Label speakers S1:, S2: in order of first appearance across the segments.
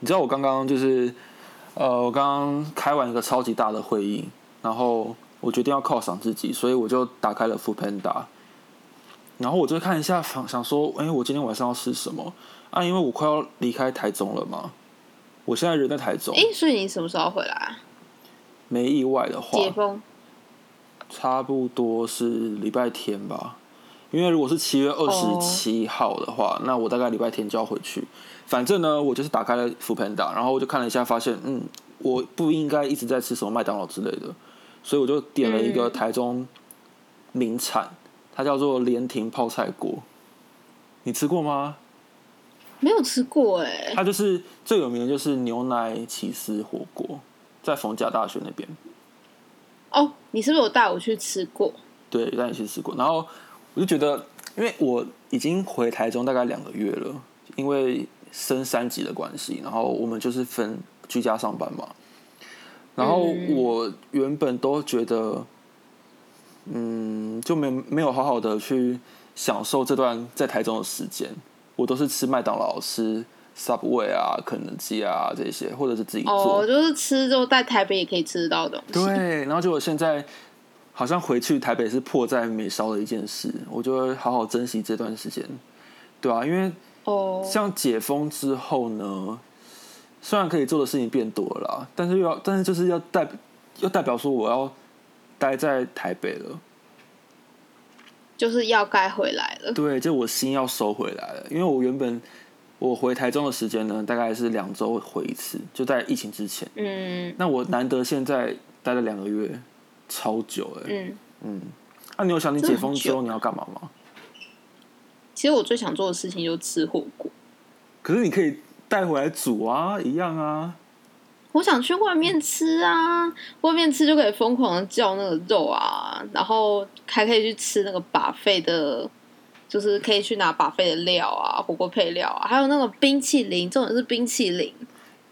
S1: 你知道我刚刚就是，呃，我刚刚开完一个超级大的会议，然后我决定要犒赏自己，所以我就打开了 Food Panda，然后我就看一下，想想说，哎、我今天晚上要吃什么啊？因为我快要离开台中了嘛，我现在人在台中，
S2: 诶，所以你什么时候回来啊？
S1: 没意外的话，
S2: 解封？
S1: 差不多是礼拜天吧，因为如果是七月二十七号的话那我大概礼拜天就要回去。反正呢，我就是打开了 f o o Panda，然后我就看了一下，发现嗯，我不应该一直在吃什么麦当劳之类的，所以我就点了一个
S2: 嗯
S1: 台中名产，它叫做莲亭泡菜锅。你吃过吗？
S2: 没有吃过诶，
S1: 它就是最有名的就是牛奶起司火锅，在逢甲大学那边。
S2: 哦，你是不是有带我去吃过？
S1: 对，带你去吃过。然后我就觉得，因为我已经回台中大概两个月了，因为升三级的关系，然后我们就是分居家上班嘛。然后
S2: 嗯
S1: 我原本都觉得，嗯，就没没有好好的去享受这段在台中的时间，我都是吃麦当劳、吃 Subway 啊、肯德基啊这些，或者是自己做。
S2: 哦，就是吃之后在台北也可以吃得到的 东西。
S1: 对，然后结果现在好像回去台北是迫在眉梢的一件事，我就会好好珍惜这段时间，对啊，因为
S2: 哦，
S1: 像解封之后呢，虽然可以做的事情变多了啦，但是又要，但是就是要代要代表说我要待在台北了，
S2: 就是要该回来了。
S1: 对，就我心要收回来了，因为我原本我回台中的时间呢，大概是两周回一次，就在疫情之前，
S2: 嗯
S1: 那我难得现在待了两个月，超久哎、
S2: 嗯，
S1: 那、你有想你
S2: 真的
S1: 解
S2: 很
S1: 封之
S2: 久
S1: 后你要干嘛吗？
S2: 其实我最想做的事情就是吃火锅。
S1: 可是你可以带回来煮啊，一样啊。
S2: 我想去外
S1: 嗯
S2: 面吃啊，外面吃就可以疯狂的叫那个肉啊，然后还可以去吃那个把费的，就是可以去拿把费的料啊，火锅配料啊，还有那个冰淇淋，重点是冰淇淋，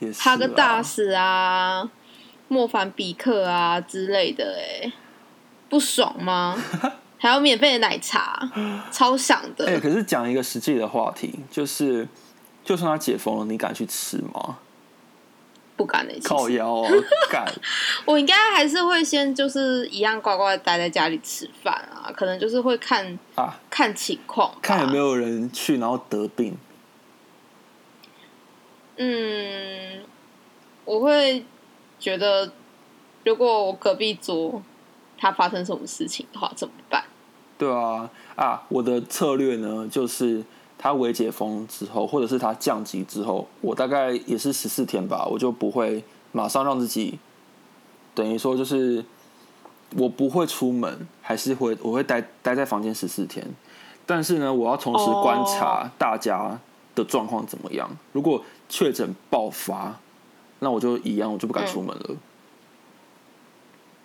S1: 也是、啊。
S2: 哈根达斯啊、莫凡比克啊之类的、哎，不爽 吗？还有免费的奶茶，超想的。
S1: 哎、可是讲一个实际的话题，就是就算他解封了，你敢去吃 吗？
S2: 不敢的、欸，其
S1: 靠
S2: 实
S1: 腰哦，敢。
S2: 我应该还是会先就是一样乖乖地待在家里吃饭啊，可能就是会看
S1: 啊，
S2: 看情况吧，
S1: 看有没有人去，然后得病。
S2: 嗯，我会觉得，如果我隔壁桌他发生什么事情的话，怎么办？
S1: 对啊，啊，我的策略呢，就是他微解封之后，或者是他降级之后，我大概也是十四天吧，我就不会马上让自己，等于说就是我不会出门，还是会我会待待在房间十四天，但是呢，我要同时观察大家的状况怎么样。如果确诊爆发，那我就一样，我就不敢出门了。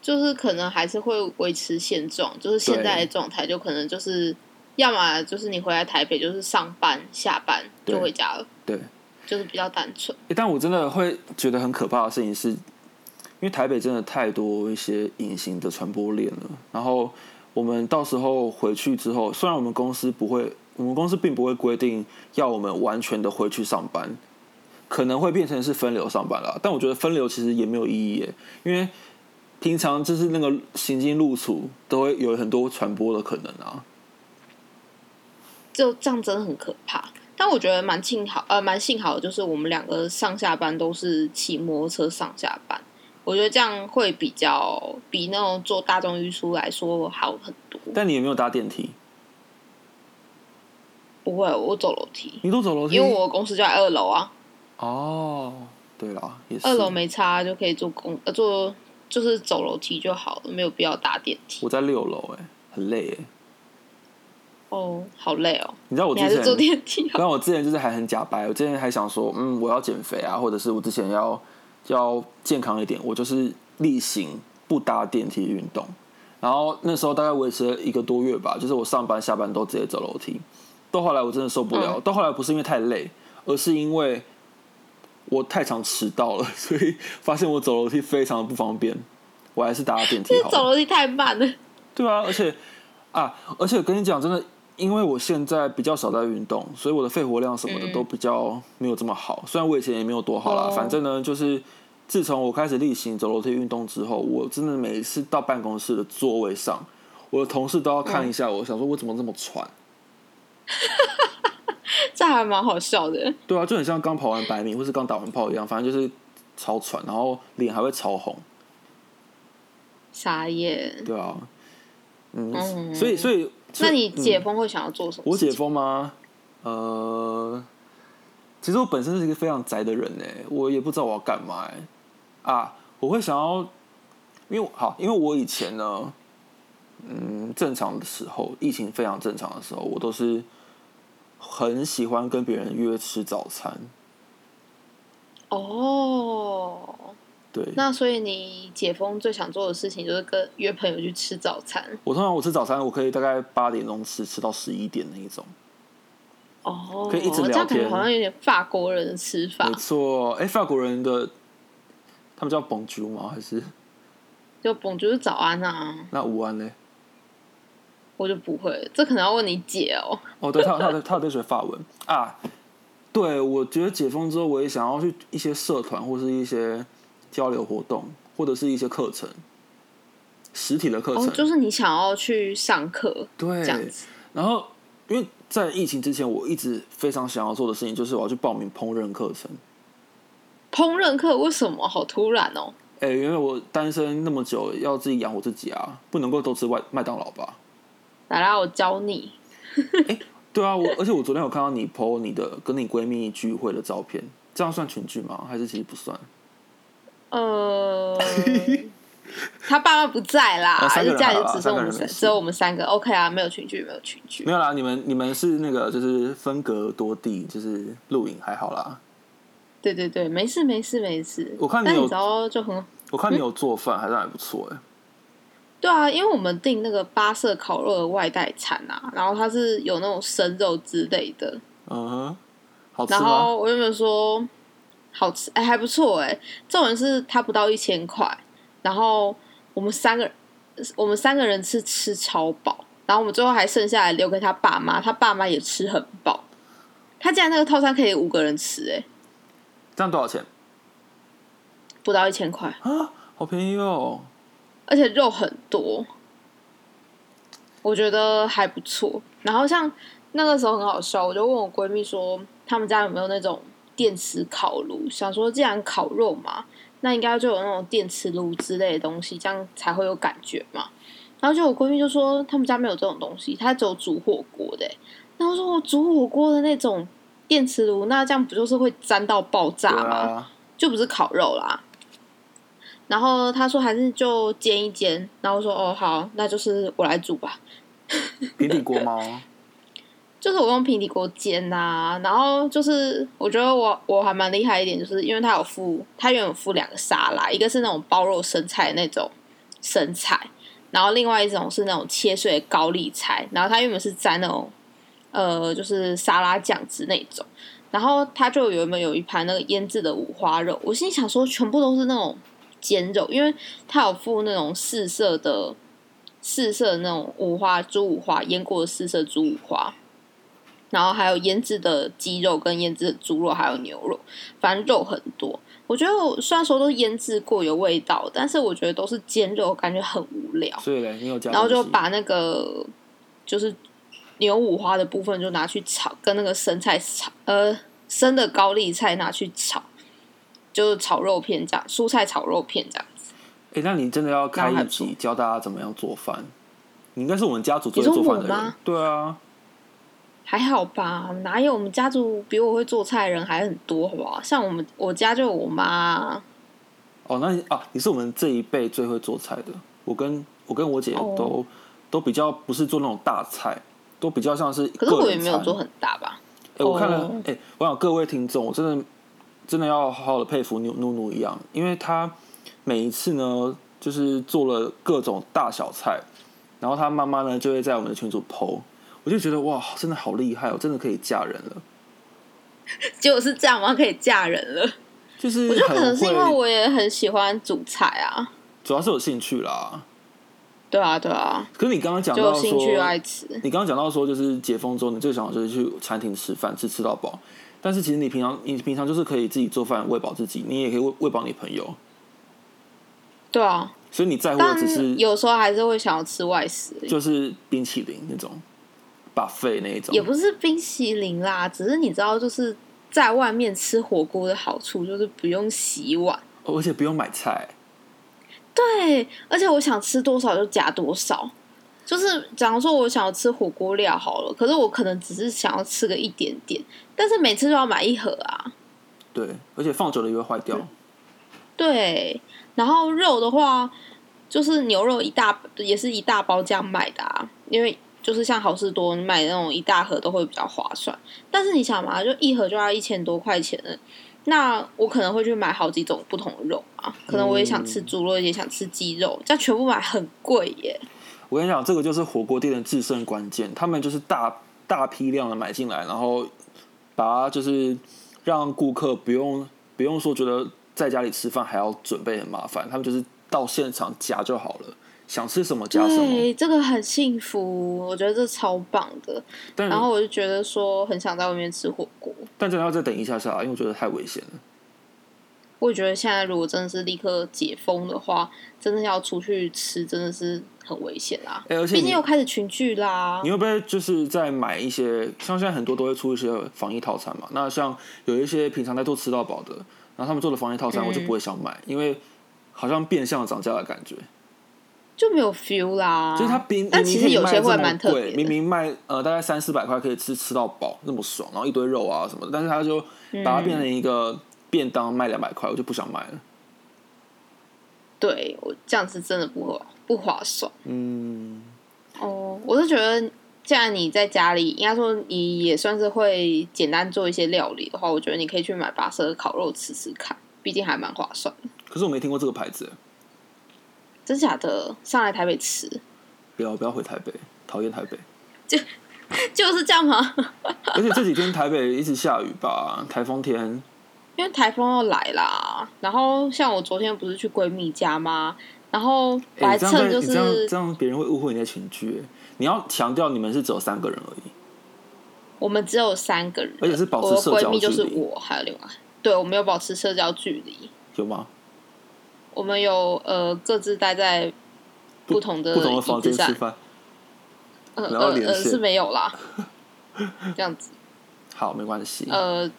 S2: 就是可能还是会维持现状，就是现在的状态，就可能就是要么就是你回来台北就是上班下班
S1: 对
S2: 就回家了，
S1: 对。
S2: 就是比较单纯。
S1: 欸但我真的会觉得很可怕的事情是，因为台北真的太多一些隐形的传播链了。然后我们到时候回去之后，虽然我们公司不会，我们公司并不会规定要我们完全的回去上班，可能会变成是分流上班啦。但我觉得分流其实也没有意义耶，因为平常就是那个行经路处都会有很多传播的可能啊。
S2: 就这样真的很可怕。但我觉得蛮幸好，呃，蛮幸好，就是我们两个上下班都是骑摩托车上下班，我觉得这样会比较比那种坐大众运输来说好很多。
S1: 但你也没有搭电梯，
S2: 不会，我走楼梯，
S1: 你都走楼梯，
S2: 因为我公司就在二楼啊，
S1: 哦，对啦，也是
S2: 二楼没差就可以坐公呃坐就是走楼梯就好了，没有必要搭电梯。
S1: 我在六楼，哎，很累哎。
S2: 哦，好累哦，
S1: 你知道我之
S2: 你还是坐
S1: 前，
S2: 电梯哦好。
S1: 但我之前就是还很假掰，我之前还想说，嗯，我要减肥啊，或者是我之前要要健康一点，我就是例行不搭电梯运动。然后那时候大概维持了一个多月吧，就是我上班下班都直接走楼梯。到后来我真的受不了，
S2: 嗯
S1: 到后来不是因为太累，而是因为我太常迟到了， 所以发现我走楼梯非常的不方便。我还是搭电梯
S2: 这
S1: 好了。
S2: 走楼梯太慢了，
S1: 对啊，而且啊，而且我跟你讲，真的，因为我现在比较少在运动，所以我的肺活量什么的
S2: 嗯
S1: 都比较没有这么好。虽然我以前也没有多好啦，
S2: 哦
S1: 反正呢，就是自从我开始例行走楼梯运动之后，我真的每一次到办公室的座位上，我的同事都要看一下
S2: 嗯
S1: 我，想说我怎么这么喘？
S2: 这还蛮好笑的。
S1: 对啊，就很像刚跑完百米或是刚打完炮一样，反正就是超喘，然后脸还会超红。
S2: 傻眼。
S1: 对啊，嗯，
S2: 嗯
S1: 所以所以
S2: 那你解
S1: 嗯
S2: 封会想要做什么？
S1: 我解，封吗？呃，其实我本身是一个非常宅的人呢、我也不知道我要干嘛、欸、啊，我会想要，因为我好，因为我以前呢，嗯，正常的时候，疫情非常正常的时候，我都是很喜欢跟别人约吃早餐，
S2: 哦，
S1: 对，
S2: 那所以你解封最想做的事情就是跟约朋友去吃早餐。
S1: 我通常我吃早餐，我可以大概八点钟吃，吃到十一点那一种。
S2: 哦，
S1: 可以一直聊天
S2: 这样感觉好像有点法国人的吃法
S1: 没，错，哎、法国人的他们叫 Bonjour 吗？还是
S2: 就蹦就是早安啊，
S1: 那午安呢？
S2: 我就不会，这可能要问你姐哦。
S1: 哦，对，他有他有在他有在学法文啊。对，我觉得解封之后，我也想要去一些社团或是一些交流活动，或者是一些课程，实体的课程。
S2: 哦，就是你想要去上课
S1: 对
S2: 这，样子。
S1: 然后因为在疫情之前，我一直非常想要做的事情就是我要去报名烹饪课程。
S2: 烹饪课为什么好突然哦？
S1: 哎、因为我单身那么久，要自己养活自己啊，不能够都吃外麦当劳吧？
S2: 来啦，我教你。
S1: 对啊，我而且我昨天有看到你 PO 你的跟你闺蜜聚会的照片，这样算群聚吗？还是其实不算？
S2: 呃，他爸妈不在啦，
S1: 哦三个
S2: 就
S1: 人
S2: 家里
S1: 好啦
S2: 就只剩我
S1: 三个
S2: 们
S1: 人没事
S2: 只有我们三个。OK 啊，没有群聚，没有群聚
S1: 没。有啦，你们你们是那个就是分隔多地，就是露营还好啦。
S2: 对对对，没事没事没事。
S1: 我看你
S2: 但
S1: 有
S2: 你知道就很
S1: 我看你有做饭，还是还不错哎、
S2: 对啊，因为我们订那个巴色烤肉的外带餐啊，然后它是有那种生肉之类的，
S1: 嗯哼，好吃
S2: 然
S1: 吗？
S2: 后我原本说好吃，哎、还不错哎、这种人是它不到一千块，然后我们三个我们三个人是吃超饱，然后我们最后还剩下来留给他爸妈，他爸妈也吃很饱。他竟然那个套餐可以五个人吃、哎，
S1: 这样多少钱
S2: 不到一千块，
S1: 啊？好便宜哦！
S2: 而且肉很多，我觉得还不错。然后像那个时候很好笑，我就问我闺蜜说，他们家有没有那种电磁烤炉？想说既然烤肉嘛，那应该就有那种电磁炉之类的东西，这样才会有感觉嘛。然后就我闺蜜就说，他们家没有这种东西，她只有煮火锅的欸、然后我说我煮火锅的那种电磁炉，那这样不就是会沾到爆炸
S1: 对
S2: 吗？
S1: 啊，
S2: 就不是烤肉啦。然后他说还是就煎一煎，然后我说哦好，那就是我来煮吧。
S1: 平底锅吗？
S2: 就是我用平底锅煎呐、然后就是我觉得我我还蛮厉害一点，就是因为它有附它原本有附两个沙拉，一个是那种包肉生菜的那种生菜，然后另外一种是那种切碎的高丽菜，然后它原本是沾那种呃就是沙拉酱汁那种，然后它就原本有一盘那个腌制的五花肉，我心里想说全部都是那种煎肉，因为它有附那种四色的四色的那种五花猪五花腌过的四色猪五花。然后还有腌制的鸡肉、跟腌制的猪肉，还有牛肉，反正肉很多。我觉得我虽然说都是腌制过有味道，但是我觉得都是煎肉，感觉很无聊。
S1: 所以嘞，你有加东西？
S2: 然后就把那个就是牛五花的部分就拿去炒，跟那个生菜炒，呃，生的高丽菜拿去炒，就是炒肉片这样，蔬菜炒肉片这样子。
S1: 哎、那你真的要开
S2: 那还
S1: 一
S2: 不错
S1: 集教大家怎么样做饭？你应该是我们家族最会
S2: 你说
S1: 做饭
S2: 我
S1: 的人
S2: 吗。
S1: 对啊，
S2: 还好吧，哪有我们家族比我会做菜的人还很多，好不好？像我们我家就有我妈，
S1: 哦，那你啊，你是我们这一辈最会做菜的。我跟我跟我姐
S2: 哦
S1: 都、都比较不是做那种大菜，都比较像是
S2: 可是
S1: 个
S2: 我也
S1: 人
S2: 没有
S1: 餐
S2: 做很大吧。
S1: 哎、我看了
S2: 哦，
S1: 哎、我想各位听众，我真的真的要好好的佩服努努努一样，因为他每一次呢，就是做了各种大小菜，然后他妈妈呢就会在我们的群组 PO，我就觉得哇，真的好厉害哦，真的可以嫁人了，
S2: 结果是这样吗？可以嫁人了？
S1: 就是
S2: 我觉得可能
S1: 很
S2: 是因为
S1: 会，
S2: 我也很喜欢煮菜啊。
S1: 主要是有兴趣啦。
S2: 对啊，对啊，
S1: 可是你刚刚讲
S2: 就
S1: 到
S2: 兴
S1: 说，
S2: 趣啊爱吃。
S1: 你刚刚讲到说，就是解封之后，你最想就是去餐厅吃饭，吃吃到饱。但是其实你平常你平常就是可以自己做饭喂饱自己，你也可以喂喂饱你朋友。
S2: 对啊，
S1: 所以你在乎的
S2: 但
S1: 只是
S2: 有时候还是会想要吃外食，
S1: 就是冰淇淋那种，把费那一种
S2: 也。不是冰淇淋啦，只是你知道，就是在外面吃火锅的好处就是不用洗碗。
S1: 而且不用买菜。
S2: 对，而且我想吃多少就夹多少。就是假如说我想要吃火锅料好了，可是我可能只是想要吃个一点点，但是每次都要买一盒啊。
S1: 对，而且放久了也会坏掉。
S2: 对，然后肉的话，就是牛肉一大也是一大包这样买的啊，因为就是像好事多你买那种一大盒都会比较划算。但是你想嘛，就一盒就要一千多块钱了，那我可能会去买好几种不同的肉啊，可能我也想吃
S1: 嗯
S2: 猪肉，也想吃鸡肉，这样全部买很贵耶。
S1: 我跟你讲，这个就是火锅店的制胜关键，他们就是大大批量的买进来，然后把它就是让顾客不用不用说觉得在家里吃饭还要准备很麻烦，他们就是到现场夹就好了，想吃什么夹什么。
S2: 对，这个很幸福，我觉得这超棒的。
S1: 但
S2: 然后我就觉得说，很想在外面吃火锅。
S1: 但真的要再等一下下，因为我觉得太危险了。
S2: 我也觉得现在如果真的是立刻解封的话，真的要出去吃，真的是很危险啦。
S1: 哎、而且
S2: 毕竟
S1: 你
S2: 又开始群聚啦
S1: 你，会不会就是在买一些，像现在很多都会出一些防疫套餐嘛？那像有一些平常在做吃到饱的，然后他们做的防疫套餐，
S2: 嗯
S1: 我就不会想买，因为好像变相涨价的感觉。
S2: 就没有 feel 啦。
S1: 就是它明
S2: 但
S1: 明明
S2: 啊其实有
S1: 可
S2: 些
S1: 以卖
S2: 会
S1: 这么
S2: 蛮特
S1: 贵
S2: 别的
S1: 明明卖呃大概三四百块可以吃吃到饱，那么爽，然后一堆肉啊什么的，但是它就把它变
S2: 嗯
S1: 成一个便当卖两百块，我就不想买了。
S2: 对我这样子真的不划不划算
S1: 嗯，
S2: 哦。我是觉得，既然你在家里，应该说你也算是会简单做一些料理的话，我觉得你可以去买巴色的烤肉吃吃看，毕竟还蛮划算的。
S1: 可是我没听过这个牌子，
S2: 真假的，上来台北吃
S1: 不要不要回台北，讨厌台北。
S2: 就是这样吗？
S1: 而且这几天台北一直下雨吧，台风天。
S2: 因为台风要来啦，然后像我昨天不是去闺蜜家吗？然后我
S1: 哎、
S2: 还
S1: 你这样在
S2: 趁就
S1: 你这样
S2: 是
S1: 这样别人会误会你在群居、哎你要强调你们是只有三个人而已，
S2: 我们只有三个人，
S1: 而且是保持
S2: 我的
S1: 社交
S2: 闺蜜就是
S1: 距离
S2: 我，还有另外，对我们有保持社交距离，
S1: 有吗？
S2: 我们有呃各自待在不同的
S1: 不同的房间
S2: 椅子上
S1: 吃饭，
S2: 呃
S1: 然后
S2: 呃
S1: 连
S2: 呃
S1: 线
S2: 是没有 啦，这样子
S1: 好，没关系，
S2: 呃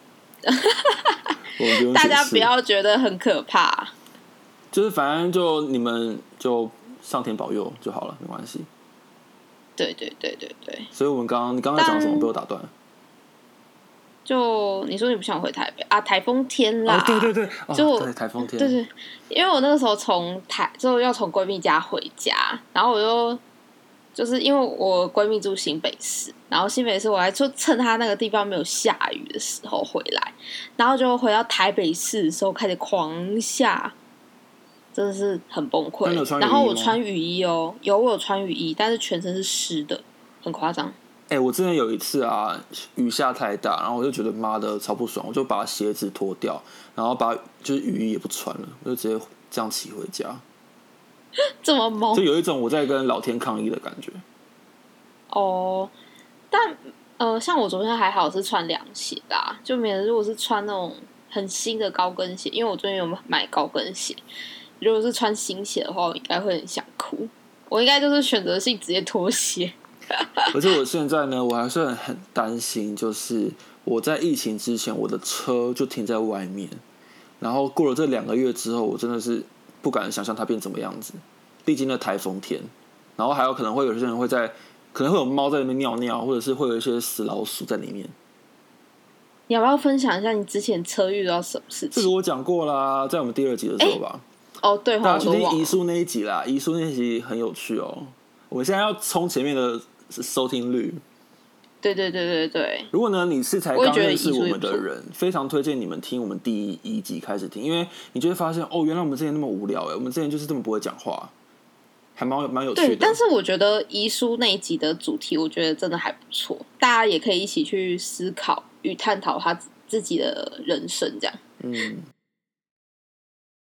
S1: 我们不用
S2: 大
S1: 嗯解
S2: 家
S1: 释
S2: 不要觉得很可怕，
S1: 就是反正就你们就上天保佑就好了，没关系。
S2: 对对对对对，
S1: 所以我们刚刚你刚刚讲什么
S2: 但
S1: 被我打断了？
S2: 就你说你不想回台北啊？台风天啦，
S1: 哦，对对对，哦，
S2: 就
S1: 对台风天，
S2: 对对，因为我那个时候从台，就要从闺蜜家回家，然后我就就是因为我闺蜜住新北市，然后新北市我还就趁她那个地方没有下雨的时候回来，然后就回到台北市的时候开始狂下，真的是很崩溃
S1: 那你有穿。雨衣
S2: 然后我
S1: 吗
S2: 穿雨衣哦，有我有穿雨衣，但是全身是湿的，很夸张。
S1: 哎、我之前有一次啊，雨下太大，然后我就觉得妈的超不爽，我就把鞋子脱掉，然后把就是雨衣也不穿了，我就直接这样骑回家，
S2: 这么猛
S1: 就有一种我在跟老天抗议的感觉。
S2: 哦，但呃，像我昨天还好是穿凉鞋啦，就免得如果是穿那种很新的高跟鞋，因为我最近有买高跟鞋，如果是穿新鞋的话，我应该会很想哭。我应该就是选择性直接脱鞋。
S1: 而且我现在呢，我还是很很担心，就是我在疫情之前，我的车就停在外面，然后过了这两个月之后，我真的是不敢想象它变怎么样子。历经了台风天，然后还有可能会有些人会在，可能会有猫在里面尿尿，或者是会有一些死老鼠在里面。
S2: 你要不要分享一下你之前车遇到什么事
S1: 这
S2: 情？
S1: 个我讲过啦，在我们第二集的时候吧，
S2: 哦，对，
S1: 大家
S2: 我
S1: 去
S2: 都
S1: 听
S2: 忘
S1: 遗
S2: 了。
S1: 书那一集啦，遗书那一集很有趣哦。我现在要冲前面的收听率，
S2: 对对对对对，
S1: 如果呢你是才
S2: 我也
S1: 刚
S2: 觉得
S1: 认识
S2: 遗书
S1: 我
S2: 也
S1: 们
S2: 不
S1: 的
S2: 错
S1: 人，非常推荐你们听我们第一一集开始听，因为你就会发现哦，原来我们之前那么无聊哎，我们之前就是这么不会讲话，还蛮有蛮有趣
S2: 对，
S1: 的。
S2: 但是我觉得遗书那一集的主题，我觉得真的还不错，大家也可以一起去思考与探讨他自自己的人生这样。
S1: 嗯，